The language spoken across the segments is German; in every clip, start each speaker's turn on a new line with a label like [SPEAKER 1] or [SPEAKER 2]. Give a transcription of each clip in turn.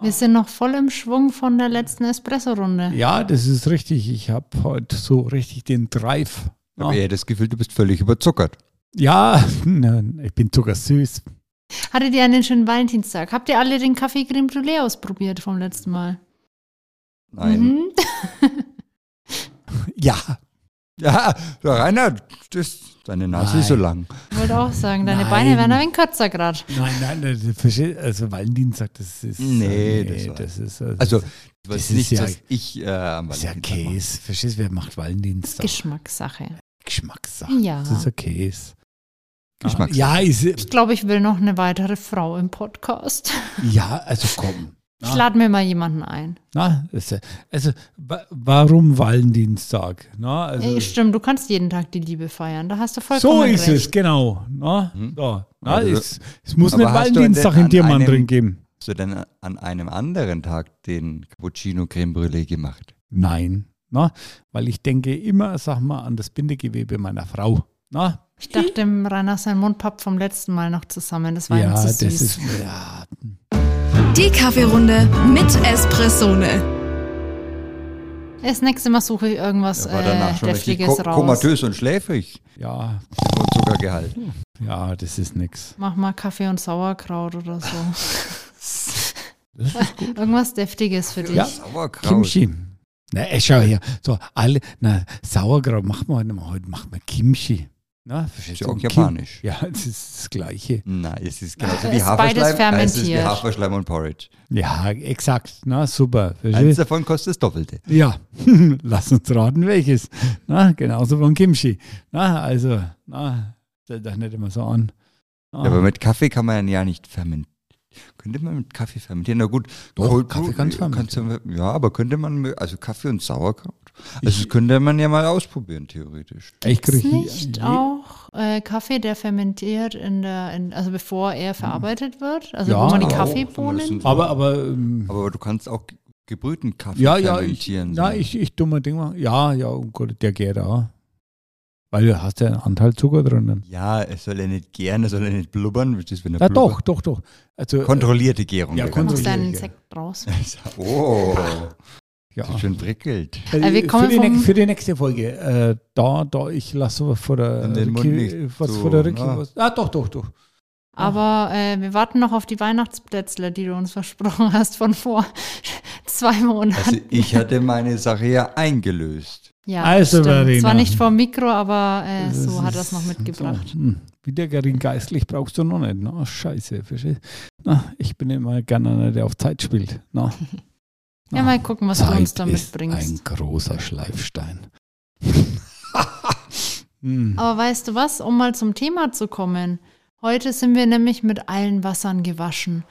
[SPEAKER 1] Wir sind noch voll im Schwung von der letzten Espresso-Runde.
[SPEAKER 2] Ja, das ist richtig. Ich habe heute so richtig den Drive.
[SPEAKER 3] Aber eher das Gefühl, du bist völlig überzuckert.
[SPEAKER 2] Ja, nein, ich bin zuckersüß.
[SPEAKER 1] Hattet ihr einen schönen Valentinstag? Habt ihr alle den Kaffee Creme Brûlée ausprobiert vom letzten Mal?
[SPEAKER 3] Nein.
[SPEAKER 1] Mhm.
[SPEAKER 2] Ja,
[SPEAKER 3] Ja, der Rainer, das, deine Nase ist so lang.
[SPEAKER 1] Ich wollte auch sagen, deine
[SPEAKER 2] Nein.
[SPEAKER 1] Beine werden ein wenig kürzer gerade.
[SPEAKER 2] nein, nein, nein, du verstehst- also Valentinstag, das ist. äh,
[SPEAKER 3] Nee, das war-
[SPEAKER 2] ist.
[SPEAKER 3] Also,
[SPEAKER 2] Das
[SPEAKER 3] was
[SPEAKER 2] ist
[SPEAKER 3] nicht,
[SPEAKER 2] ja-
[SPEAKER 3] dass ich äh, am
[SPEAKER 2] ist ja
[SPEAKER 3] Valentinstag mache.
[SPEAKER 2] Käse. Verstehst du, wer macht Valentinstag?
[SPEAKER 1] Geschmackssache.
[SPEAKER 2] Geschmackssache.
[SPEAKER 1] Ja.
[SPEAKER 2] Das ist ja Käse.
[SPEAKER 3] Geschmackssache.
[SPEAKER 2] Ja, ist,
[SPEAKER 1] Ich glaube, ich will noch eine weitere Frau im Podcast.
[SPEAKER 2] ja also komm.
[SPEAKER 1] Ich lade mir mal jemanden ein.
[SPEAKER 2] Na, ist, ja- also, wa- warum Valentinstag? Na, also,
[SPEAKER 1] Ey, stimmt, du kannst jeden Tag die Liebe feiern. Da hast du vollkommen
[SPEAKER 2] so ist
[SPEAKER 1] recht.
[SPEAKER 2] es, genau. Na,
[SPEAKER 3] Mhm.
[SPEAKER 2] so, na,
[SPEAKER 3] Also,
[SPEAKER 2] es, es muss
[SPEAKER 3] aber
[SPEAKER 2] einen
[SPEAKER 3] hast du
[SPEAKER 2] Valentinstag
[SPEAKER 3] denn
[SPEAKER 2] in dir
[SPEAKER 3] an
[SPEAKER 2] Mann
[SPEAKER 3] einem-
[SPEAKER 2] drin geben.
[SPEAKER 3] Hast du denn an einem anderen Tag den Cappuccino Creme Brûlée gemacht?
[SPEAKER 2] Nein. Na, weil ich denke immer, sag mal, an das Bindegewebe meiner Frau. ne? Na,
[SPEAKER 1] Ich dachte, dem Rainer sein Mundpapp vom letzten Mal noch zusammen. Das war ihm zu süß.
[SPEAKER 2] das ist. Ja,
[SPEAKER 4] Die Kaffeerunde mit Espressone.
[SPEAKER 1] das nächste Mal suche ich irgendwas
[SPEAKER 3] Der war danach
[SPEAKER 1] äh,
[SPEAKER 3] schon richtig
[SPEAKER 1] Deftiges
[SPEAKER 3] ko
[SPEAKER 1] raus.
[SPEAKER 3] komatös und schläfrig
[SPEAKER 2] ja,
[SPEAKER 3] vom Zuckergehalt.
[SPEAKER 2] ja, das ist nix.
[SPEAKER 1] Mach mal Kaffee und Sauerkraut oder so. irgendwas Deftiges für dich.
[SPEAKER 2] Ja.
[SPEAKER 3] Sauerkraut.
[SPEAKER 2] Kimchi. Na, ey, schau her. So, alle, na, Sauerkraut machen wir heute, mal. heute machen wir Kimchi. Na, verstehst
[SPEAKER 3] ja
[SPEAKER 2] du?
[SPEAKER 3] auch
[SPEAKER 2] Kim-
[SPEAKER 3] japanisch.
[SPEAKER 2] Ja, das ist das Gleiche.
[SPEAKER 3] Nein, es
[SPEAKER 2] Äh,
[SPEAKER 3] ist genauso
[SPEAKER 1] Es
[SPEAKER 3] wie
[SPEAKER 1] ist beides
[SPEAKER 3] Haferschleim. Es ist wie
[SPEAKER 1] fermentiert.
[SPEAKER 3] Haferschleim und Porridge.
[SPEAKER 2] Ja, exakt. Na, super.
[SPEAKER 3] Eins
[SPEAKER 2] Verstehst? du?
[SPEAKER 3] davon kostet das Doppelte.
[SPEAKER 2] Ja, lass uns raten, welches. Na, genauso von Kimchi. Na, also, na, stell dich nicht immer so an. Ah, Na,
[SPEAKER 3] Ja, aber mit Kaffee kann man ja nicht fermentieren. Könnte man mit Kaffee fermentieren? Na gut,
[SPEAKER 2] Doch,
[SPEAKER 3] Cold
[SPEAKER 2] Kaffee
[SPEAKER 3] Brew äh,
[SPEAKER 2] kannst du
[SPEAKER 3] kannst du- ja, aber könnte man, mit- also Kaffee und Sauerkraut, also das könnte man ja mal ausprobieren, theoretisch.
[SPEAKER 2] ich
[SPEAKER 1] Ist
[SPEAKER 2] krieg
[SPEAKER 1] nicht
[SPEAKER 2] je-
[SPEAKER 1] auch äh, Kaffee, der fermentiert, in der, in, also bevor er verarbeitet wird? Also
[SPEAKER 2] Ja,
[SPEAKER 1] wo man die
[SPEAKER 2] auch,
[SPEAKER 1] Kaffeebohnen.
[SPEAKER 2] Aber, aber, ähm,
[SPEAKER 3] Aber du kannst auch ge- gebrühten Kaffee
[SPEAKER 2] ja, ja, ich,
[SPEAKER 3] fermentieren.
[SPEAKER 2] na,
[SPEAKER 3] so.
[SPEAKER 2] ich, ich dummer Ding machen. Ja, ja, oh Gott, der geht auch. Weil du hast ja einen Anteil Zucker drinnen.
[SPEAKER 3] ja, es soll ja nicht gären, es soll ja nicht blubbern. Das ist, wenn er
[SPEAKER 2] Ja,
[SPEAKER 3] blubbert.
[SPEAKER 2] doch, doch, doch. Also,
[SPEAKER 3] Kontrollierte Gärung.
[SPEAKER 2] Ja,
[SPEAKER 3] wir
[SPEAKER 1] Du
[SPEAKER 2] kontrolliert.
[SPEAKER 3] können
[SPEAKER 1] machst deinen
[SPEAKER 2] Ja.
[SPEAKER 1] Insekt draus.
[SPEAKER 3] sagen. Oh,
[SPEAKER 2] ja.
[SPEAKER 3] so schön prickelt.
[SPEAKER 1] Äh, wir kommen
[SPEAKER 2] für, die
[SPEAKER 1] vom-
[SPEAKER 2] näch- für die nächste Folge. Äh, da, da, ich lasse was vor der
[SPEAKER 3] In den Mund nicht
[SPEAKER 2] was
[SPEAKER 3] so,
[SPEAKER 2] vor der Ricky.
[SPEAKER 3] na.
[SPEAKER 2] Was. Ah, doch, doch, doch.
[SPEAKER 1] Aber äh, wir warten noch auf die Weihnachtsplätzle, die du uns versprochen hast von vor zwei Monaten.
[SPEAKER 3] Also ich hatte meine Sache ja eingelöst.
[SPEAKER 1] ja,
[SPEAKER 2] Also,
[SPEAKER 1] stimmt.
[SPEAKER 2] Verena.
[SPEAKER 1] Zwar nicht vor dem Mikro, aber äh,
[SPEAKER 2] Das
[SPEAKER 1] so hat er
[SPEAKER 2] ist-
[SPEAKER 1] es noch mitgebracht.
[SPEAKER 2] So, hm. Wie der gering geistlich brauchst du noch nicht. Na, scheiße, verstehst Na, ich bin immer gerne einer, der auf Zeit spielt. Na,
[SPEAKER 1] Ja, mal gucken, was du
[SPEAKER 2] Zeit
[SPEAKER 1] uns damit
[SPEAKER 2] ist ein
[SPEAKER 1] bringst.
[SPEAKER 2] großer Schleifstein. hm.
[SPEAKER 1] Aber weißt du was, um mal zum Thema zu kommen, heute sind wir nämlich mit allen Wassern gewaschen.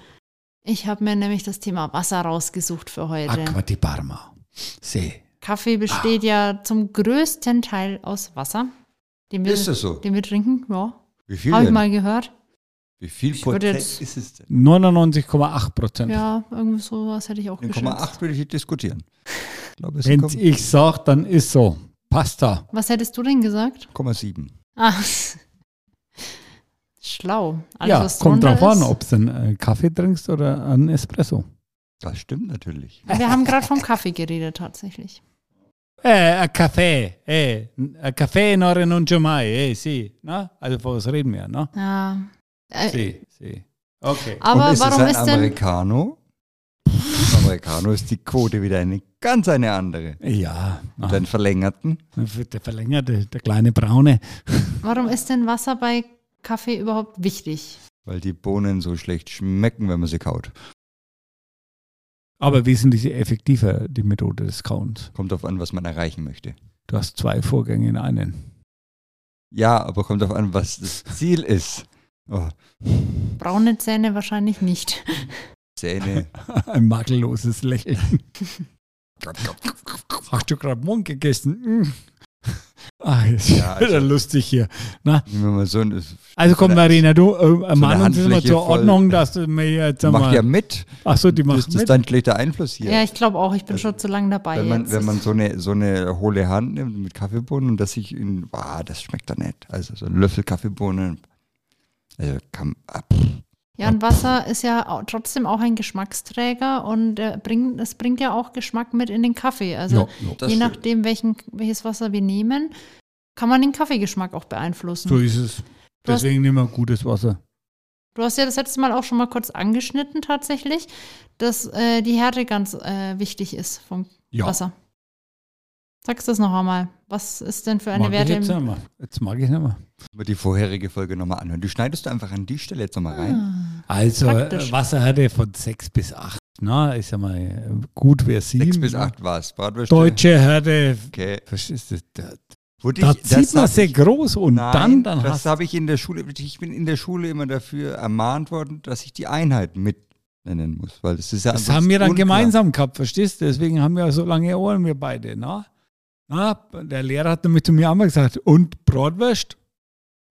[SPEAKER 1] Ich habe mir nämlich das Thema Wasser rausgesucht für heute.
[SPEAKER 2] Aqua di Parma. See.
[SPEAKER 1] Kaffee besteht ja zum größten Teil aus Wasser, den wir,
[SPEAKER 3] Ist das so?
[SPEAKER 1] den wir trinken. Ja,
[SPEAKER 3] Wie viel
[SPEAKER 1] habe ich
[SPEAKER 3] denn?
[SPEAKER 1] mal gehört.
[SPEAKER 3] Wie viel
[SPEAKER 1] Ich würde
[SPEAKER 3] Prozent
[SPEAKER 1] jetzt-
[SPEAKER 3] ist es denn?
[SPEAKER 2] 99,8 Prozent.
[SPEAKER 1] Ja, irgendwie sowas hätte ich auch geschätzt.
[SPEAKER 3] 0,8 würde ich nicht diskutieren. Ich glaube, es sind
[SPEAKER 2] Wenn ich sage, dann ist so. Pasta.
[SPEAKER 1] Was hättest du denn gesagt?
[SPEAKER 3] 0,7.
[SPEAKER 1] Ah. Schlau. Alles,
[SPEAKER 2] ja,
[SPEAKER 1] was
[SPEAKER 2] kommt
[SPEAKER 1] drunter
[SPEAKER 2] drauf an,
[SPEAKER 1] ist.
[SPEAKER 2] ob du einen äh, Kaffee trinkst oder einen Espresso.
[SPEAKER 3] Das stimmt natürlich.
[SPEAKER 1] Wir haben gerade vom Kaffee geredet, tatsächlich.
[SPEAKER 2] Eh, a Kaffee, eh, a Kaffee non renuncio mai, eh, sì. Na? Also, von was reden wir, ne?
[SPEAKER 1] Ja. Äh, Ah.
[SPEAKER 2] Sì, sì. Okay.
[SPEAKER 1] aber
[SPEAKER 3] Und ist
[SPEAKER 1] warum
[SPEAKER 3] es
[SPEAKER 1] ist
[SPEAKER 3] ein
[SPEAKER 1] denn.
[SPEAKER 3] Americano? Im Americano ist die Quote wieder eine ganz eine andere.
[SPEAKER 2] Ja,
[SPEAKER 3] Und einen verlängerten?
[SPEAKER 2] der verlängerte, der kleine braune.
[SPEAKER 1] Warum ist denn Wasser bei Kaffee überhaupt wichtig?
[SPEAKER 3] Weil die Bohnen so schlecht schmecken, wenn man sie kaut.
[SPEAKER 2] Aber wesentlich effektiver, die Methode des Kauens.
[SPEAKER 3] Kommt darauf an, was man erreichen möchte.
[SPEAKER 2] Du hast zwei Vorgänge in einen.
[SPEAKER 3] Ja, aber kommt darauf an, was das Ziel ist. Oh,
[SPEAKER 1] Braune Zähne wahrscheinlich nicht.
[SPEAKER 3] Zähne.
[SPEAKER 2] Ein makelloses Lächeln. Hast du gerade Mund gegessen? Mm. Ah, ist
[SPEAKER 3] Ja,
[SPEAKER 2] ja,
[SPEAKER 3] also-
[SPEAKER 2] lustig hier. Na,
[SPEAKER 3] Wenn man so ein,
[SPEAKER 2] also komm,
[SPEAKER 3] Oder-
[SPEAKER 2] Marina, du, äh, Mann, uns
[SPEAKER 3] Handfläche
[SPEAKER 2] immer zur
[SPEAKER 3] voll-
[SPEAKER 2] Ordnung, dass du mir jetzt
[SPEAKER 3] macht ja
[SPEAKER 2] einmal.
[SPEAKER 3] mit.
[SPEAKER 2] Ach so, die
[SPEAKER 3] Das
[SPEAKER 2] macht
[SPEAKER 3] ist
[SPEAKER 2] mit.
[SPEAKER 3] dann schlechter Einfluss hier.
[SPEAKER 1] Ja, ich glaube auch, ich bin schon zu lange dabei.
[SPEAKER 3] Wenn man,
[SPEAKER 1] jetzt.
[SPEAKER 3] wenn man so, eine, so eine hohle Hand nimmt mit Kaffeebohnen und dass ich ihn, ah, das schmeckt da nicht. Also so ein Löffel Kaffeebohnen. Also kann, ah, pff,
[SPEAKER 1] Ja, und Wasser ist ja au- trotzdem auch ein Geschmacksträger und äh, bringt, es bringt ja auch Geschmack mit in den Kaffee. Also
[SPEAKER 2] ja.
[SPEAKER 3] Das
[SPEAKER 1] je
[SPEAKER 3] stimmt.
[SPEAKER 1] nachdem, welchen, welches Wasser wir nehmen, kann man den Kaffeegeschmack auch beeinflussen.
[SPEAKER 2] So ist es.
[SPEAKER 1] Du hast-
[SPEAKER 2] Deswegen nehmen wir gutes Wasser.
[SPEAKER 1] Du hast ja das letzte Mal auch schon mal kurz angeschnitten tatsächlich, dass äh, die Härte ganz äh, wichtig ist vom
[SPEAKER 2] Ja.
[SPEAKER 1] Wasser. Sagst du das noch einmal? Was ist denn für eine
[SPEAKER 2] Mag ich
[SPEAKER 1] Werte?
[SPEAKER 2] jetzt, nicht mehr. jetzt mag ich nicht mehr.
[SPEAKER 3] Mal die vorherige Folge nochmal anhören. Die schneidest du einfach an die Stelle jetzt nochmal rein.
[SPEAKER 1] Ah,
[SPEAKER 2] Also
[SPEAKER 1] Praktisch.
[SPEAKER 2] äh, Wasserhärte von 6 bis 8. Na, ich sag mal, äh, gut wäre 7.
[SPEAKER 3] Sechs bis acht war es. Bratwürste.
[SPEAKER 2] Deutsche Härte.
[SPEAKER 3] Okay.
[SPEAKER 2] Verstehst du? Da,
[SPEAKER 3] Wurde
[SPEAKER 2] da
[SPEAKER 3] ich-
[SPEAKER 2] zieht man
[SPEAKER 3] hab
[SPEAKER 2] sehr
[SPEAKER 3] ich-
[SPEAKER 2] groß und
[SPEAKER 3] Nein,
[SPEAKER 2] dann, dann
[SPEAKER 3] das
[SPEAKER 2] hast
[SPEAKER 3] habe ich in der Schule. Ich bin in der Schule immer dafür ermahnt worden, dass ich die Einheit mit nennen muss, weil das ist ja
[SPEAKER 2] Das
[SPEAKER 3] ansonsten
[SPEAKER 2] haben wir dann
[SPEAKER 3] unklar.
[SPEAKER 2] gemeinsam gehabt, verstehst du? Deswegen haben wir so lange Ohren, wir beide. Na? Na, der Lehrer hat nämlich zu mir auch mal gesagt, und Bratwurst?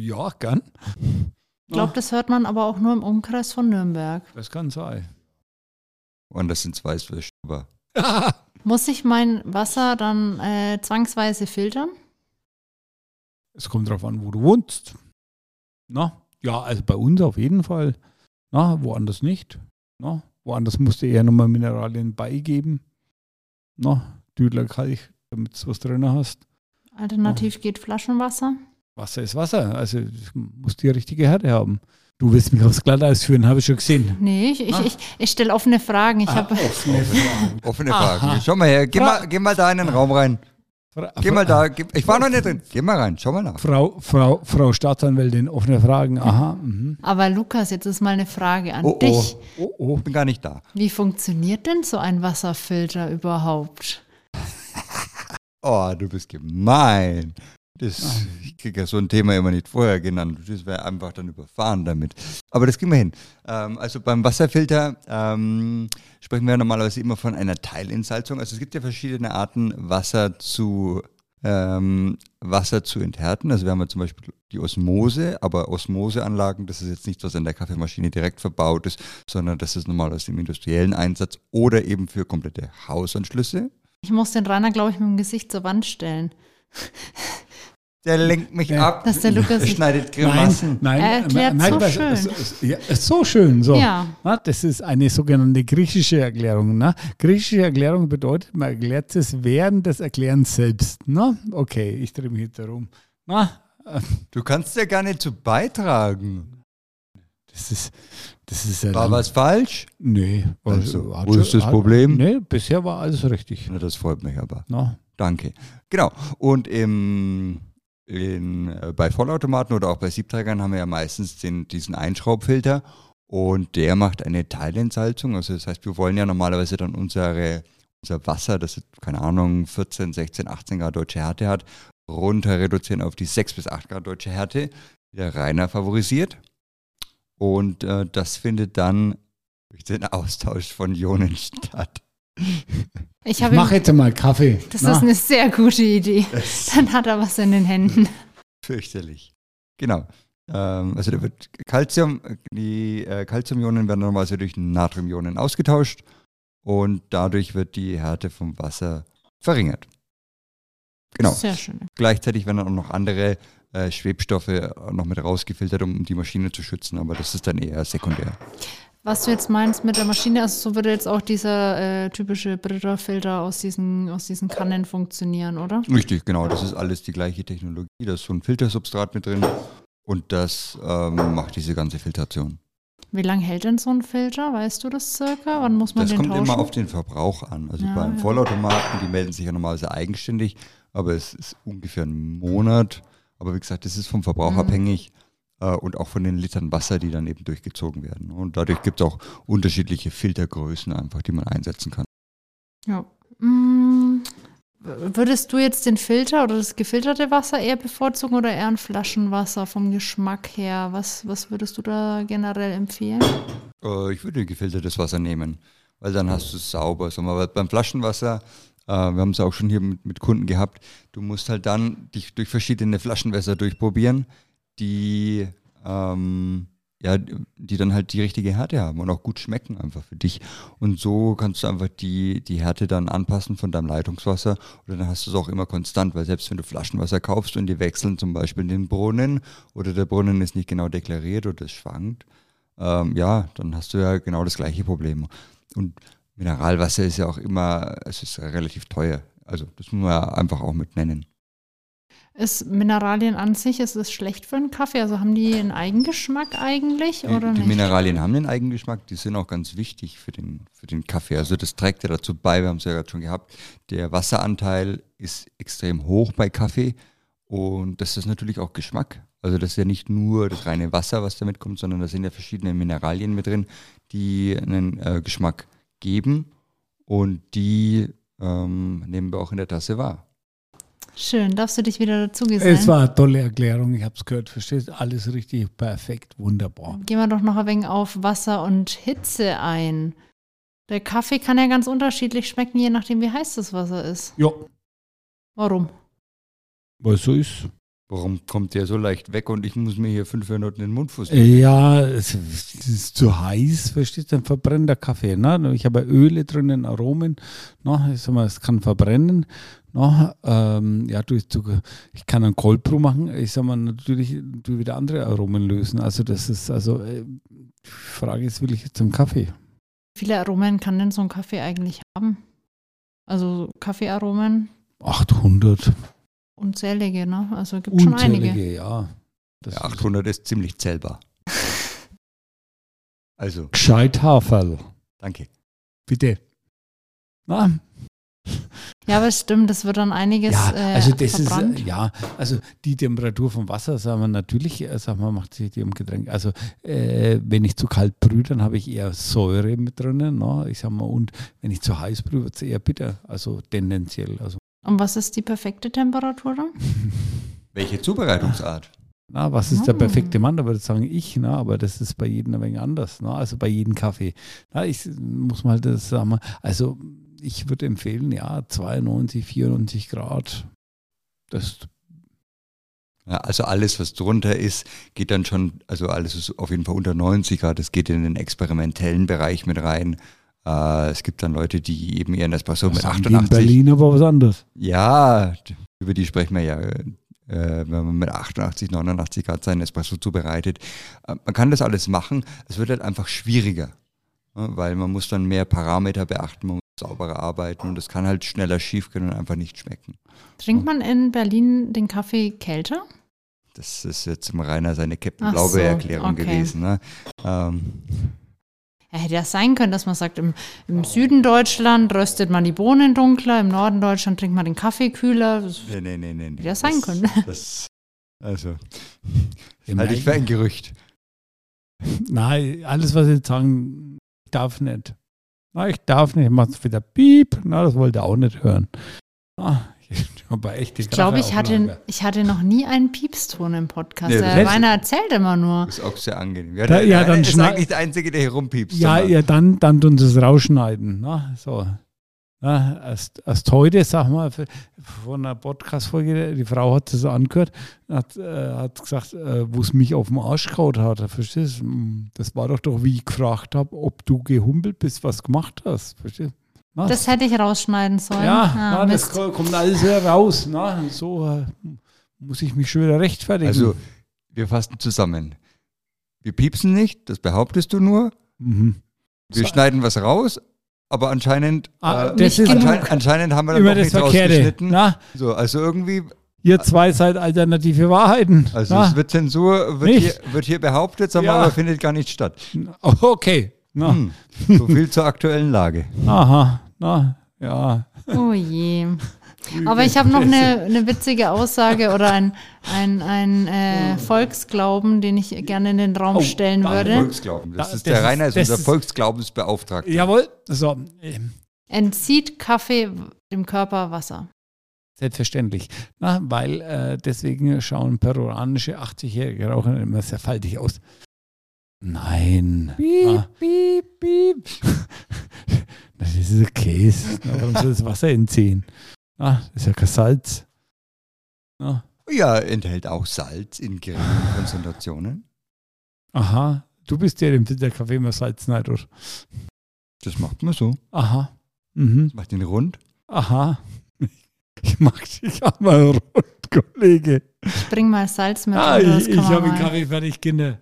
[SPEAKER 2] Ja, gern. Oh.
[SPEAKER 1] Ich glaube, das hört man aber auch nur im Umkreis von Nürnberg.
[SPEAKER 2] Das kann sein.
[SPEAKER 3] Und das sind zwei Würste. Aber
[SPEAKER 1] Muss ich mein Wasser dann äh, zwangsweise filtern?
[SPEAKER 2] Es kommt drauf an, wo du wohnst. Na? Ja, also bei uns auf jeden Fall. Na, woanders nicht. Na? Woanders musst du eher nochmal Mineralien beigeben. Na, Düdler Kalk, damit du was drin hast.
[SPEAKER 1] Alternativ
[SPEAKER 2] Oh.
[SPEAKER 1] geht Flaschenwasser.
[SPEAKER 2] Wasser ist Wasser, also muss die richtige Härte haben. Du willst mich aufs Glatteis führen, habe ich schon gesehen.
[SPEAKER 1] Nee, ich, ich,
[SPEAKER 2] Ah. oh.
[SPEAKER 1] ich, ich stelle offene Fragen. Ich habe
[SPEAKER 2] offene Fragen.
[SPEAKER 3] offene
[SPEAKER 2] Aha.
[SPEAKER 3] Fragen. Schau mal her. Geh
[SPEAKER 2] Fra-
[SPEAKER 3] mal, geh mal da in den Raum rein.
[SPEAKER 2] Fra
[SPEAKER 3] Geh mal da. Geh, ich war noch nicht drin. Geh mal rein. Schau mal nach.
[SPEAKER 2] Frau, Frau, Frau Staatsanwältin, offene Fragen. Aha. Mhm.
[SPEAKER 1] Aber Lukas, jetzt ist mal eine Frage an
[SPEAKER 3] Oh, oh.
[SPEAKER 1] dich.
[SPEAKER 2] Oh, oh.
[SPEAKER 3] Ich bin gar nicht da.
[SPEAKER 1] Wie funktioniert denn so ein Wasserfilter überhaupt?
[SPEAKER 3] Oh, du bist gemein. Das, ich kriege ja so ein Thema immer nicht vorher genannt. Das wäre einfach dann überfahren damit. Aber das kriegen wir hin. Ähm, also beim Wasserfilter ähm, sprechen wir normalerweise immer von einer Teilentsalzung. Also es gibt ja verschiedene Arten, Wasser zu, ähm, Wasser zu enthärten. Also wir haben ja zum Beispiel die Osmose, aber Osmoseanlagen, das ist jetzt nichts, was an der Kaffeemaschine direkt verbaut ist, sondern das ist normalerweise im industriellen Einsatz oder eben für komplette Hausanschlüsse.
[SPEAKER 1] Ich muss den Rainer, glaube ich, mit dem Gesicht zur Wand stellen.
[SPEAKER 3] Der lenkt mich
[SPEAKER 2] Ja.
[SPEAKER 3] ab.
[SPEAKER 1] Dass der Lukas
[SPEAKER 3] Er
[SPEAKER 1] nicht-
[SPEAKER 3] schneidet
[SPEAKER 2] Nein,
[SPEAKER 3] Grimassen.
[SPEAKER 2] nein,
[SPEAKER 1] Er erklärt
[SPEAKER 2] nein,
[SPEAKER 1] so
[SPEAKER 2] was-
[SPEAKER 1] schön.
[SPEAKER 2] So, ja, so schön, so.
[SPEAKER 1] Ja.
[SPEAKER 2] Na, das ist eine sogenannte griechische Erklärung. Ne? Griechische Erklärung bedeutet, man erklärt es während des Erklärens selbst. Ne? Okay, ich drehe mich hinter rum. Na, äh,
[SPEAKER 3] Du kannst ja gar nicht zu beitragen.
[SPEAKER 2] das ist, das ist ja
[SPEAKER 3] War
[SPEAKER 2] lang-
[SPEAKER 3] was falsch?
[SPEAKER 2] Nee, war-
[SPEAKER 3] Also,
[SPEAKER 2] hat
[SPEAKER 3] wo
[SPEAKER 2] schon-
[SPEAKER 3] ist das
[SPEAKER 2] hat-
[SPEAKER 3] Problem?
[SPEAKER 2] Nee, bisher war alles richtig.
[SPEAKER 3] Na, das freut mich aber.
[SPEAKER 2] Na,
[SPEAKER 3] Danke. Genau. Und im, in, äh, bei Vollautomaten oder auch bei Siebträgern haben wir ja meistens den, diesen Einschraubfilter und der macht eine Teilentsalzung. Also das heißt, wir wollen ja normalerweise dann unsere, unser Wasser, das, keine Ahnung, 14, 16, 18 Grad deutsche Härte hat, runter reduzieren auf die 6 bis 8 Grad deutsche Härte, die der Rainer favorisiert. Und äh, das findet dann durch den Austausch von Ionen statt.
[SPEAKER 1] Ich
[SPEAKER 2] Ich,
[SPEAKER 1] habe
[SPEAKER 2] mache
[SPEAKER 1] ihm,
[SPEAKER 2] jetzt mal Kaffee.
[SPEAKER 1] das
[SPEAKER 2] Na,
[SPEAKER 1] ist eine sehr gute Idee.
[SPEAKER 3] Das
[SPEAKER 1] Dann hat er was in den Händen.
[SPEAKER 3] Fürchterlich. Genau. Ähm, also da wird Calcium, die äh, Calciumionen werden normalerweise durch Natriumionen ausgetauscht und dadurch wird die Härte vom Wasser verringert. Genau.
[SPEAKER 1] Sehr schön.
[SPEAKER 3] Gleichzeitig werden dann auch noch andere äh, Schwebstoffe noch mit rausgefiltert, um die Maschine zu schützen, aber das ist dann eher sekundär.
[SPEAKER 1] Was du jetzt meinst mit der Maschine, also so würde jetzt auch dieser äh, typische Brita-Filter aus diesen, aus diesen Kannen funktionieren, oder?
[SPEAKER 3] Richtig, genau. Das ist alles die gleiche Technologie. Da ist so ein Filtersubstrat mit drin und das ähm, macht diese ganze Filtration.
[SPEAKER 1] Wie lange hält denn so ein Filter? Weißt du das circa? Wann muss man
[SPEAKER 3] Das
[SPEAKER 1] den
[SPEAKER 3] kommt
[SPEAKER 1] tauschen?
[SPEAKER 3] immer auf den Verbrauch an. Also
[SPEAKER 1] Ja,
[SPEAKER 3] beim
[SPEAKER 1] ja.
[SPEAKER 3] Vollautomaten, die melden sich ja normalerweise eigenständig, aber es ist ungefähr ein Monat. Aber wie gesagt, das ist vom Verbrauch
[SPEAKER 1] Mhm.
[SPEAKER 3] abhängig äh, und auch von den Litern Wasser, die dann eben durchgezogen werden. Und dadurch gibt es auch unterschiedliche Filtergrößen einfach, die man einsetzen kann.
[SPEAKER 1] Ja. Mm, w- Würdest du jetzt den Filter oder das gefilterte Wasser eher bevorzugen oder eher ein Flaschenwasser vom Geschmack her? Was, was würdest du da generell empfehlen?
[SPEAKER 3] Äh, ich würde gefiltertes Wasser nehmen, weil dann hast du es sauber. Sag mal, weil beim Flaschenwasser, äh, wir haben es auch schon hier mit, mit Kunden gehabt, du musst halt dann dich durch verschiedene Flaschenwässer durchprobieren, die, ähm, ja, die dann halt die richtige Härte haben und auch gut schmecken einfach für dich. Und so kannst du einfach die, die Härte dann anpassen von deinem Leitungswasser oder dann hast du es auch immer konstant, weil selbst wenn du Flaschenwasser kaufst und die wechseln zum Beispiel den Brunnen oder der Brunnen ist nicht genau deklariert oder es schwankt, ähm, ja, dann hast du ja genau das gleiche Problem. Und Mineralwasser ist ja auch immer, es ist relativ teuer. Also das muss man ja einfach auch mit nennen.
[SPEAKER 1] Ist Mineralien an sich, ist es schlecht für einen Kaffee? Also haben die einen Eigengeschmack eigentlich
[SPEAKER 3] Die,
[SPEAKER 1] oder
[SPEAKER 3] die
[SPEAKER 1] nicht?
[SPEAKER 3] Mineralien haben den Eigengeschmack, die sind auch ganz wichtig für den, für den Kaffee. Also das trägt ja dazu bei, wir haben es ja gerade schon gehabt, der Wasseranteil ist extrem hoch bei Kaffee und das ist natürlich auch Geschmack. Also das ist ja nicht nur das reine Wasser, was damit kommt, sondern da sind ja verschiedene Mineralien mit drin, die einen äh, Geschmack geben und die ähm, nehmen wir auch in der Tasse wahr.
[SPEAKER 1] Schön, darfst du dich wieder dazu
[SPEAKER 2] Es
[SPEAKER 1] gesellen?
[SPEAKER 2] war eine tolle Erklärung, ich habe es gehört, verstehst Alles richtig, perfekt, wunderbar.
[SPEAKER 1] Gehen wir doch noch ein wenig auf Wasser und Hitze ein. Der Kaffee kann ja ganz unterschiedlich schmecken, je nachdem, wie heiß das Wasser ist.
[SPEAKER 2] Ja,
[SPEAKER 1] Warum?
[SPEAKER 2] weil so ist
[SPEAKER 3] Warum kommt der so leicht weg und ich muss mir hier fünf Minuten den Mund fussen?
[SPEAKER 2] Ja, es ist zu heiß, verstehst du, dann verbrennt der Kaffee. Ne? Ich habe Öle drinnen, Aromen. Ne? Ich sag mal, es kann verbrennen. Ne? Ähm, ja, du, du, ich kann einen Cold Brew machen. Ich sag mal, natürlich du wieder andere Aromen lösen. Also das ist, also äh, die Frage ist, will ich jetzt einen Kaffee?
[SPEAKER 1] Wie viele Aromen kann denn so ein Kaffee eigentlich haben? Also Kaffeearomen,
[SPEAKER 2] 800.
[SPEAKER 1] unzählige, ne? Also gibt schon einige.
[SPEAKER 2] Unzählige, ja. Das
[SPEAKER 3] Der
[SPEAKER 2] ist
[SPEAKER 3] 800 ist ziemlich zählbar. Also,
[SPEAKER 2] gescheit Haferl.
[SPEAKER 3] danke.
[SPEAKER 2] Bitte. Na,
[SPEAKER 1] Ja, aber es stimmt, das wird dann einiges
[SPEAKER 2] Ja,
[SPEAKER 1] äh,
[SPEAKER 2] also das
[SPEAKER 1] verbrannt.
[SPEAKER 2] ist äh, ja, also die Temperatur vom Wasser, sagen wir natürlich, äh, sagen wir, macht sich die im Getränk. Also äh, wenn ich zu kalt brühe, dann habe ich eher Säure mit drinnen, ne? ich sag mal, und wenn ich zu heiß brühe, wird es eher bitter, also tendenziell. Also
[SPEAKER 1] Und was ist die perfekte Temperatur dann?
[SPEAKER 3] Welche Zubereitungsart?
[SPEAKER 2] na, was ist der
[SPEAKER 1] Mm.
[SPEAKER 2] perfekte Mann? Da würde ich sagen ich, na, aber das ist bei jedem ein wenig anders, na, also bei jedem Kaffee. Na, ich muss mal das sagen, wir, also ich würde empfehlen, ja, 92, 94 Grad. Das
[SPEAKER 3] Ja, also alles, was drunter ist, geht dann schon, also alles ist auf jeden Fall unter 90 Grad, das geht in den experimentellen Bereich mit rein. Äh, es gibt dann Leute, die eben ihren Espresso mit
[SPEAKER 2] sagen die in
[SPEAKER 3] 88.
[SPEAKER 2] Berlin aber was anderes.
[SPEAKER 3] Ja, d- über die sprechen wir ja. äh, Wenn man mit 88, 89 Grad seinen Espresso zubereitet. Äh, Man kann das alles machen, es wird halt einfach schwieriger, ne, weil man muss dann mehr Parameter beachten, man muss sauberer arbeiten und es kann halt schneller schief gehen und einfach nicht schmecken.
[SPEAKER 2] Oh.
[SPEAKER 1] Trinkt man in Berlin den Kaffee kälter?
[SPEAKER 3] Das ist jetzt im Rainer seine Captain
[SPEAKER 1] Ach so,
[SPEAKER 3] Blaube-Erklärung
[SPEAKER 1] okay.
[SPEAKER 3] gewesen. Ne? Ähm,
[SPEAKER 1] Ja, hätte ja sein können, dass man sagt, im, im Süden Deutschland röstet man die Bohnen dunkler, im Norden Deutschland trinkt man den Kaffee kühler. Das
[SPEAKER 3] nee, nee, nee, nee. nee.
[SPEAKER 1] Hätte ja sein
[SPEAKER 3] das,
[SPEAKER 1] können.
[SPEAKER 3] Das, also,
[SPEAKER 2] Im
[SPEAKER 3] halte ich für ein Gerücht.
[SPEAKER 2] Nein, alles, was ich jetzt sagen, ich darf nicht. Na, ich darf nicht, ich mach's wieder piep. Na, das wollte er auch nicht hören. Na, ich aber echt die
[SPEAKER 1] Ich glaube, ich hatte,
[SPEAKER 2] Kaffeeauflage.
[SPEAKER 1] ich hatte noch nie einen Piepston im Podcast.
[SPEAKER 3] Nee, das
[SPEAKER 1] der
[SPEAKER 2] hätte-
[SPEAKER 1] Rainer erzählt immer nur.
[SPEAKER 3] Ist auch sehr angenehm. Ja,
[SPEAKER 2] Da-
[SPEAKER 3] der-
[SPEAKER 2] ja,
[SPEAKER 3] der
[SPEAKER 2] dann
[SPEAKER 3] ist
[SPEAKER 2] schneid-
[SPEAKER 3] eigentlich der Einzige, der hier rumpiepst.
[SPEAKER 2] Ja,
[SPEAKER 3] sondern-
[SPEAKER 2] ja, dann, dann tun sie es rausschneiden. Na, so. Na, erst, erst heute, sag mal, für- von einer Podcast-Folge, die Frau hat das angehört, hat, äh, hat gesagt, äh, wo es mich auf den Arsch gehaut hat. Verstehst du? Hm, Das war doch doch, wie ich gefragt habe, ob du gehumpelt bist, was gemacht hast. Verstehst du? Na,
[SPEAKER 1] Das hätte ich rausschneiden sollen.
[SPEAKER 2] Ja,
[SPEAKER 1] Ah,
[SPEAKER 2] na, das
[SPEAKER 1] Mist.
[SPEAKER 2] ko- kommt alles wieder raus. Na, so äh, muss ich mich schon wieder rechtfertigen.
[SPEAKER 3] Also, wir fassen zusammen. Wir piepsen nicht, das behauptest du nur.
[SPEAKER 2] mhm.
[SPEAKER 3] Wir
[SPEAKER 2] So.
[SPEAKER 3] schneiden was raus, aber anscheinend,
[SPEAKER 2] Ah,
[SPEAKER 3] äh,
[SPEAKER 2] das
[SPEAKER 1] Nicht
[SPEAKER 2] ist
[SPEAKER 1] genug.
[SPEAKER 3] anscheinend, anscheinend haben wir dann
[SPEAKER 2] immer
[SPEAKER 3] noch
[SPEAKER 2] das
[SPEAKER 3] nicht
[SPEAKER 2] Verkehrte. ne?
[SPEAKER 3] rausgeschnitten.
[SPEAKER 2] Na,
[SPEAKER 3] So, also irgendwie,
[SPEAKER 2] ihr zwei seid alternative Wahrheiten.
[SPEAKER 3] also
[SPEAKER 2] na,
[SPEAKER 3] es wird Zensur, wird
[SPEAKER 2] Nicht.
[SPEAKER 3] hier, wird hier behauptet, sagen wir,
[SPEAKER 2] Ja.
[SPEAKER 3] aber findet gar nicht statt.
[SPEAKER 2] Oh, okay. Na,
[SPEAKER 3] Hm. So viel zur aktuellen Lage.
[SPEAKER 2] Aha. Na, ja.
[SPEAKER 1] Oh je. Aber ich habe noch ne- eine, eine witzige Aussage oder ein, ein, ein äh, Volksglauben, den ich gerne in den Raum
[SPEAKER 2] Oh,
[SPEAKER 1] stellen
[SPEAKER 2] da-
[SPEAKER 1] würde.
[SPEAKER 3] Volksglauben.
[SPEAKER 2] Da-
[SPEAKER 3] Das ist
[SPEAKER 2] das
[SPEAKER 3] der
[SPEAKER 2] ist-
[SPEAKER 3] Rainer ist
[SPEAKER 2] das
[SPEAKER 3] unser
[SPEAKER 2] ist-
[SPEAKER 3] Volksglaubensbeauftragter.
[SPEAKER 2] Jawohl. So, ähm,
[SPEAKER 1] Entzieht Kaffee dem Körper Wasser.
[SPEAKER 2] selbstverständlich. Na, weil äh, deswegen schauen peruanische 80-Jährige Raucher immer sehr faltig aus. Nein. Ah.
[SPEAKER 3] piep, piep.
[SPEAKER 2] Das ist ein Käse. Na, warum soll das Wasser entziehen? Ah, das ist ja kein Salz. Ah,
[SPEAKER 3] Ja, enthält auch Salz in geringen Konzentrationen.
[SPEAKER 2] aha, du bist ja im Filterkaffee immer Salzneider.
[SPEAKER 3] Das macht man so.
[SPEAKER 2] Aha. Mhm.
[SPEAKER 3] Das macht ihn rund.
[SPEAKER 2] Aha. Ich mag dich einmal rund, Kollege.
[SPEAKER 1] Ich bring mal Salz mit.
[SPEAKER 2] Ah,
[SPEAKER 1] oder
[SPEAKER 2] ich
[SPEAKER 1] das kann
[SPEAKER 2] ich
[SPEAKER 1] man
[SPEAKER 2] habe einen
[SPEAKER 1] mal-
[SPEAKER 2] Kaffee fertig, Kinder.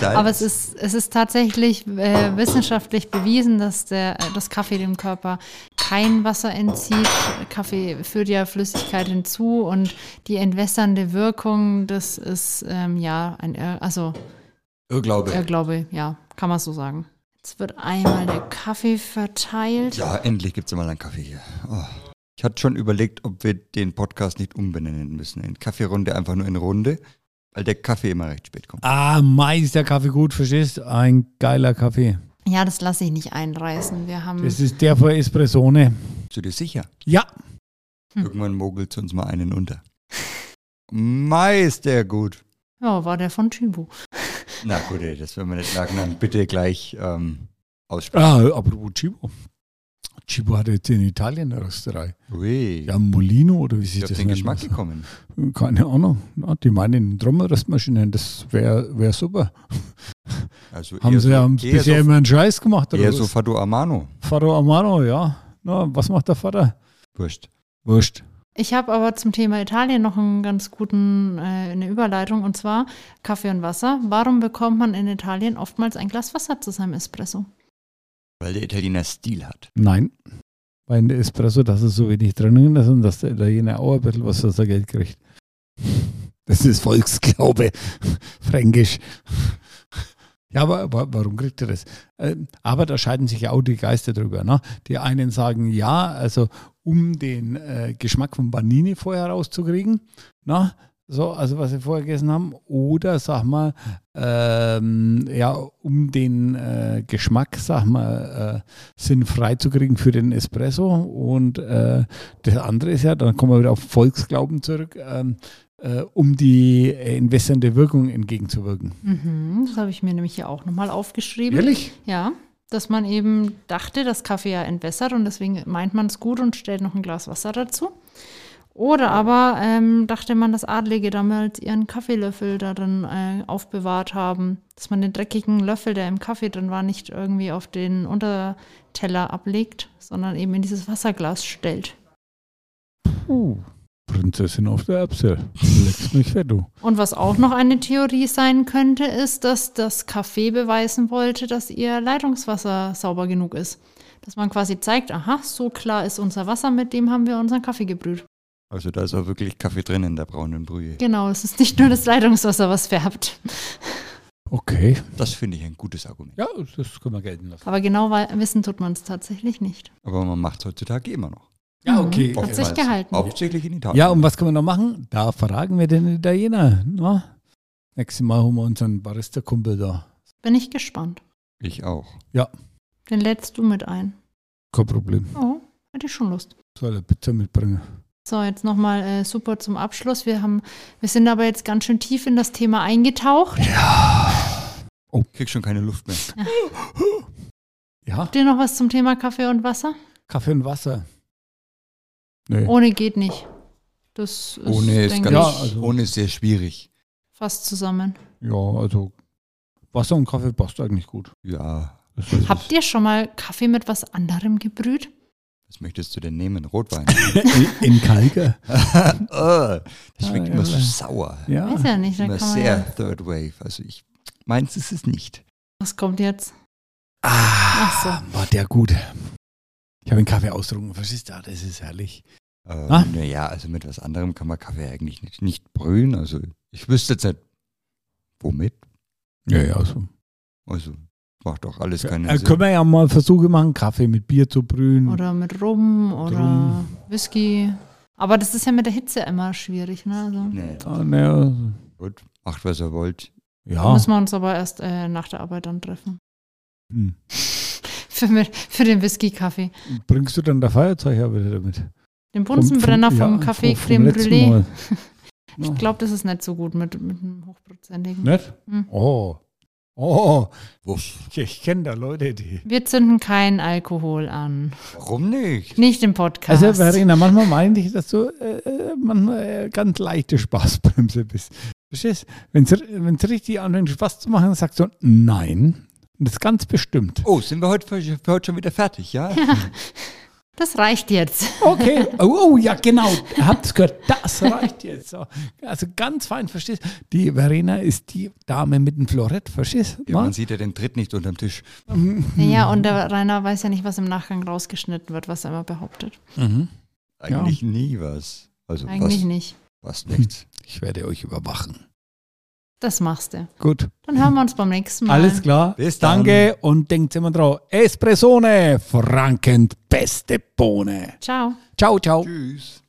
[SPEAKER 3] Salz.
[SPEAKER 1] Aber es ist, es ist tatsächlich äh, wissenschaftlich bewiesen, dass der, äh, das Kaffee dem Körper kein Wasser entzieht. Kaffee führt ja Flüssigkeit hinzu und die entwässernde Wirkung, das ist ähm, ja ein Irr also
[SPEAKER 3] Irrglaube.
[SPEAKER 1] Irrglaube, ja, kann man so sagen. Jetzt wird einmal der Kaffee verteilt.
[SPEAKER 3] Ja, endlich gibt es mal einen Kaffee hier. Oh. Ich hatte schon überlegt, ob wir den Podcast nicht umbenennen müssen. In Kaffeerunde einfach nur in Runde, weil der Kaffee immer recht spät kommt.
[SPEAKER 2] Ah, Mai ist der Kaffee gut, verstehst? Ein geiler Kaffee.
[SPEAKER 1] Ja, das lasse ich nicht einreißen. Wir haben
[SPEAKER 2] Das ist der von Espressone.
[SPEAKER 3] Bist du dir sicher?
[SPEAKER 2] Ja. Hm.
[SPEAKER 3] Irgendwann mogelt uns mal einen unter. Mai ist der gut.
[SPEAKER 1] Ja, war der von Chibo.
[SPEAKER 3] Na gut, ey, das werden wir nicht sagen. Dann bitte gleich ähm, aussprechen.
[SPEAKER 2] Ah, apropos Chibo. Chibo hat jetzt in Italien eine Rösterei.
[SPEAKER 3] Ui.
[SPEAKER 2] Ja, Molino oder wie sich
[SPEAKER 3] ich auf
[SPEAKER 2] das
[SPEAKER 3] den
[SPEAKER 2] nennt.
[SPEAKER 3] Geschmack gekommen.
[SPEAKER 2] Keine Ahnung. Ja, die meinen Trommelröstmaschinen, das wäre wär super.
[SPEAKER 3] Also
[SPEAKER 2] Haben
[SPEAKER 3] eher
[SPEAKER 2] sie
[SPEAKER 3] so-
[SPEAKER 2] ja
[SPEAKER 3] eher
[SPEAKER 2] bisher
[SPEAKER 3] so,
[SPEAKER 2] immer einen Scheiß gemacht.
[SPEAKER 3] eher so
[SPEAKER 2] was?
[SPEAKER 3] Fado Amano.
[SPEAKER 2] Faro Amaro, ja. Na, was macht der Vater?
[SPEAKER 3] Wurscht.
[SPEAKER 2] Wurscht.
[SPEAKER 1] Ich habe aber zum Thema Italien noch einen ganz guten äh, eine Überleitung und zwar Kaffee und Wasser. Warum bekommt man in Italien oftmals ein Glas Wasser zu seinem Espresso?
[SPEAKER 3] Weil der Italiener Stil hat.
[SPEAKER 2] Nein. Bei einem Espresso, dass es so wenig drinnen ist und dass der Italiener auch ein bisschen was aus der Geld kriegt. Das ist Volksglaube. Fränkisch. Ja, aber wa- warum kriegt er das? Ähm, Aber da scheiden sich ja auch die Geister drüber. Ne? Die einen sagen ja, also um den äh, Geschmack von Banini vorher rauszukriegen. Ne? So, also was sie vorher gegessen haben. Oder sag mal, ähm, ja, um den äh, Geschmack, sag mal, äh, Sinn freizukriegen für den Espresso. Und äh, das andere ist ja, dann kommen wir wieder auf Volksglauben zurück, ähm, äh, um die äh, entwässernde Wirkung entgegenzuwirken.
[SPEAKER 1] Mhm, das habe ich mir nämlich hier auch nochmal aufgeschrieben.
[SPEAKER 2] Ehrlich?
[SPEAKER 1] Ja, dass man eben dachte, dass Kaffee ja entwässert und deswegen meint man es gut und stellt noch ein Glas Wasser dazu. Oder aber ähm, dachte man, dass Adlige damals ihren Kaffeelöffel darin äh, aufbewahrt haben, dass man den dreckigen Löffel, der im Kaffee drin war, nicht irgendwie auf den Unterteller ablegt, sondern eben in dieses Wasserglas stellt.
[SPEAKER 2] Uh, Prinzessin auf der Erbse. Du Leckst mich fett, du.
[SPEAKER 1] Und was auch noch eine Theorie sein könnte, ist, dass das Café beweisen wollte, dass ihr Leitungswasser sauber genug ist. Dass man quasi zeigt, aha, so klar ist unser Wasser, mit dem haben wir unseren Kaffee gebrüht.
[SPEAKER 3] Also da ist auch wirklich Kaffee drin in der braunen Brühe.
[SPEAKER 1] Genau, es ist nicht nur das Leitungswasser, was färbt.
[SPEAKER 2] Okay.
[SPEAKER 3] Das finde ich ein gutes Argument.
[SPEAKER 2] Ja, das können wir gelten lassen.
[SPEAKER 1] Aber genau wei- wissen tut man es tatsächlich nicht. Mhm.
[SPEAKER 3] Aber man macht es heutzutage immer noch.
[SPEAKER 2] Ja, okay.
[SPEAKER 1] Hat sich
[SPEAKER 3] Oftmals.
[SPEAKER 1] gehalten.
[SPEAKER 3] Hauptsächlich in Italien.
[SPEAKER 2] Ja, und was können wir noch machen? Da fragen wir den Italiener. Na? Nächstes Mal holen wir unseren Barista-Kumpel da.
[SPEAKER 1] Bin ich gespannt.
[SPEAKER 3] ich auch.
[SPEAKER 1] Den lädst du mit ein.
[SPEAKER 2] Kein Problem.
[SPEAKER 1] Oh, hätte ich schon Lust.
[SPEAKER 2] Soll er Pizza mitbringen?
[SPEAKER 1] So, jetzt nochmal äh, super zum Abschluss. Wir, haben, wir sind aber jetzt ganz schön tief in das Thema eingetaucht.
[SPEAKER 2] Oh.
[SPEAKER 3] Krieg schon keine Luft mehr.
[SPEAKER 2] Ja,
[SPEAKER 1] Habt ihr noch was zum Thema Kaffee und Wasser?
[SPEAKER 2] Kaffee und Wasser. Nee.
[SPEAKER 1] Ohne geht nicht. Das ist,
[SPEAKER 3] Ohne ist
[SPEAKER 1] denke
[SPEAKER 3] ganz,
[SPEAKER 1] ich,
[SPEAKER 2] Ja, also-
[SPEAKER 3] ohne ist sehr schwierig.
[SPEAKER 1] fast zusammen.
[SPEAKER 2] Ja, also Wasser und Kaffee passt eigentlich gut.
[SPEAKER 3] Ja,
[SPEAKER 2] Das ist-
[SPEAKER 1] Habt ihr schon mal Kaffee mit was anderem gebrüht?
[SPEAKER 3] was möchtest du denn nehmen? Rotwein.
[SPEAKER 2] in, in Kalker?
[SPEAKER 3] oh, das schmeckt
[SPEAKER 2] Ah,
[SPEAKER 3] immer so
[SPEAKER 2] ja.
[SPEAKER 3] sauer.
[SPEAKER 1] Weiß
[SPEAKER 2] Ja.
[SPEAKER 1] ja nicht. Da
[SPEAKER 3] Immer
[SPEAKER 1] kann man ja,
[SPEAKER 3] sehr Third Wave. Also ich, meins ist es nicht.
[SPEAKER 1] was kommt jetzt? Ach
[SPEAKER 2] Ah,
[SPEAKER 1] so.
[SPEAKER 2] war der gut. Ich habe den Kaffee ausgetrunken. Verstehst du, Ah, das ist herrlich.
[SPEAKER 3] Ähm,
[SPEAKER 2] Ah.
[SPEAKER 3] Naja, also mit was anderem kann man Kaffee eigentlich nicht, nicht brühen. Also ich wüsste jetzt nicht, womit.
[SPEAKER 2] Ja, ja, so.
[SPEAKER 3] Also macht doch alles
[SPEAKER 2] Ja,
[SPEAKER 3] keinen
[SPEAKER 2] äh,
[SPEAKER 3] Sinn.
[SPEAKER 2] können wir ja mal Versuche machen, Kaffee mit Bier zu brühen.
[SPEAKER 1] Oder mit Rum oder
[SPEAKER 2] Hm. Rum.
[SPEAKER 1] Whisky. Aber das ist ja mit der Hitze immer schwierig. Ne? Also,
[SPEAKER 3] Nee,
[SPEAKER 2] Ah, naja,
[SPEAKER 3] gut, macht was ihr wollt.
[SPEAKER 1] da
[SPEAKER 2] ja.
[SPEAKER 1] müssen wir uns aber erst äh, nach der Arbeit dann treffen.
[SPEAKER 2] Hm.
[SPEAKER 1] Für, mit, für den Whisky-Kaffee.
[SPEAKER 2] Bringst du dann der Feuerzeug her wieder damit?
[SPEAKER 1] Den Bunsenbrenner
[SPEAKER 2] Vom-
[SPEAKER 1] vom,
[SPEAKER 2] vom- ja,
[SPEAKER 1] Kaffee
[SPEAKER 2] vom- vom
[SPEAKER 1] Creme
[SPEAKER 2] letzten
[SPEAKER 1] Brûlée.
[SPEAKER 2] Mal.
[SPEAKER 1] Ich glaube, das ist nicht so gut mit, mit einem hochprozentigen.
[SPEAKER 2] Nicht?
[SPEAKER 1] Hm.
[SPEAKER 2] Oh. Oh,
[SPEAKER 3] Wuff.
[SPEAKER 2] ich, ich kenne da Leute, die.
[SPEAKER 1] Wir zünden keinen Alkohol an.
[SPEAKER 3] Warum nicht?
[SPEAKER 1] Nicht im Podcast.
[SPEAKER 2] Also, Verena, manchmal meinte ich, dass du äh, äh, manchmal äh, ganz leichte Spaßbremse bist. Verstehst? Wenn es richtig anfängt, Spaß zu machen, sagst du nein. Und das ganz bestimmt.
[SPEAKER 3] Oh, sind wir heute, für, für heute schon wieder fertig, ja?
[SPEAKER 1] Das reicht jetzt.
[SPEAKER 2] Okay. Oh, oh ja, genau. Habt's gehört. Das reicht jetzt. So. Also ganz fein, verstehst Die Verena ist die Dame mit dem Florett, verstehst
[SPEAKER 3] Ja, man sieht ja den Tritt nicht unterm Tisch.
[SPEAKER 1] Ja, und der Rainer weiß ja nicht, was im Nachgang rausgeschnitten wird, was er immer behauptet.
[SPEAKER 2] Mhm.
[SPEAKER 3] Eigentlich nie was. Also
[SPEAKER 1] Eigentlich
[SPEAKER 3] fast,
[SPEAKER 1] nicht.
[SPEAKER 3] fast nichts.
[SPEAKER 2] Ich werde euch überwachen.
[SPEAKER 1] Das machst du.
[SPEAKER 2] Gut.
[SPEAKER 1] Dann hören wir uns beim nächsten Mal.
[SPEAKER 2] Alles klar.
[SPEAKER 3] Bis dann.
[SPEAKER 2] Danke und denkt immer drauf. Espressone, Frankens beste Bohne.
[SPEAKER 1] Ciao.
[SPEAKER 2] Ciao, ciao.
[SPEAKER 3] Tschüss.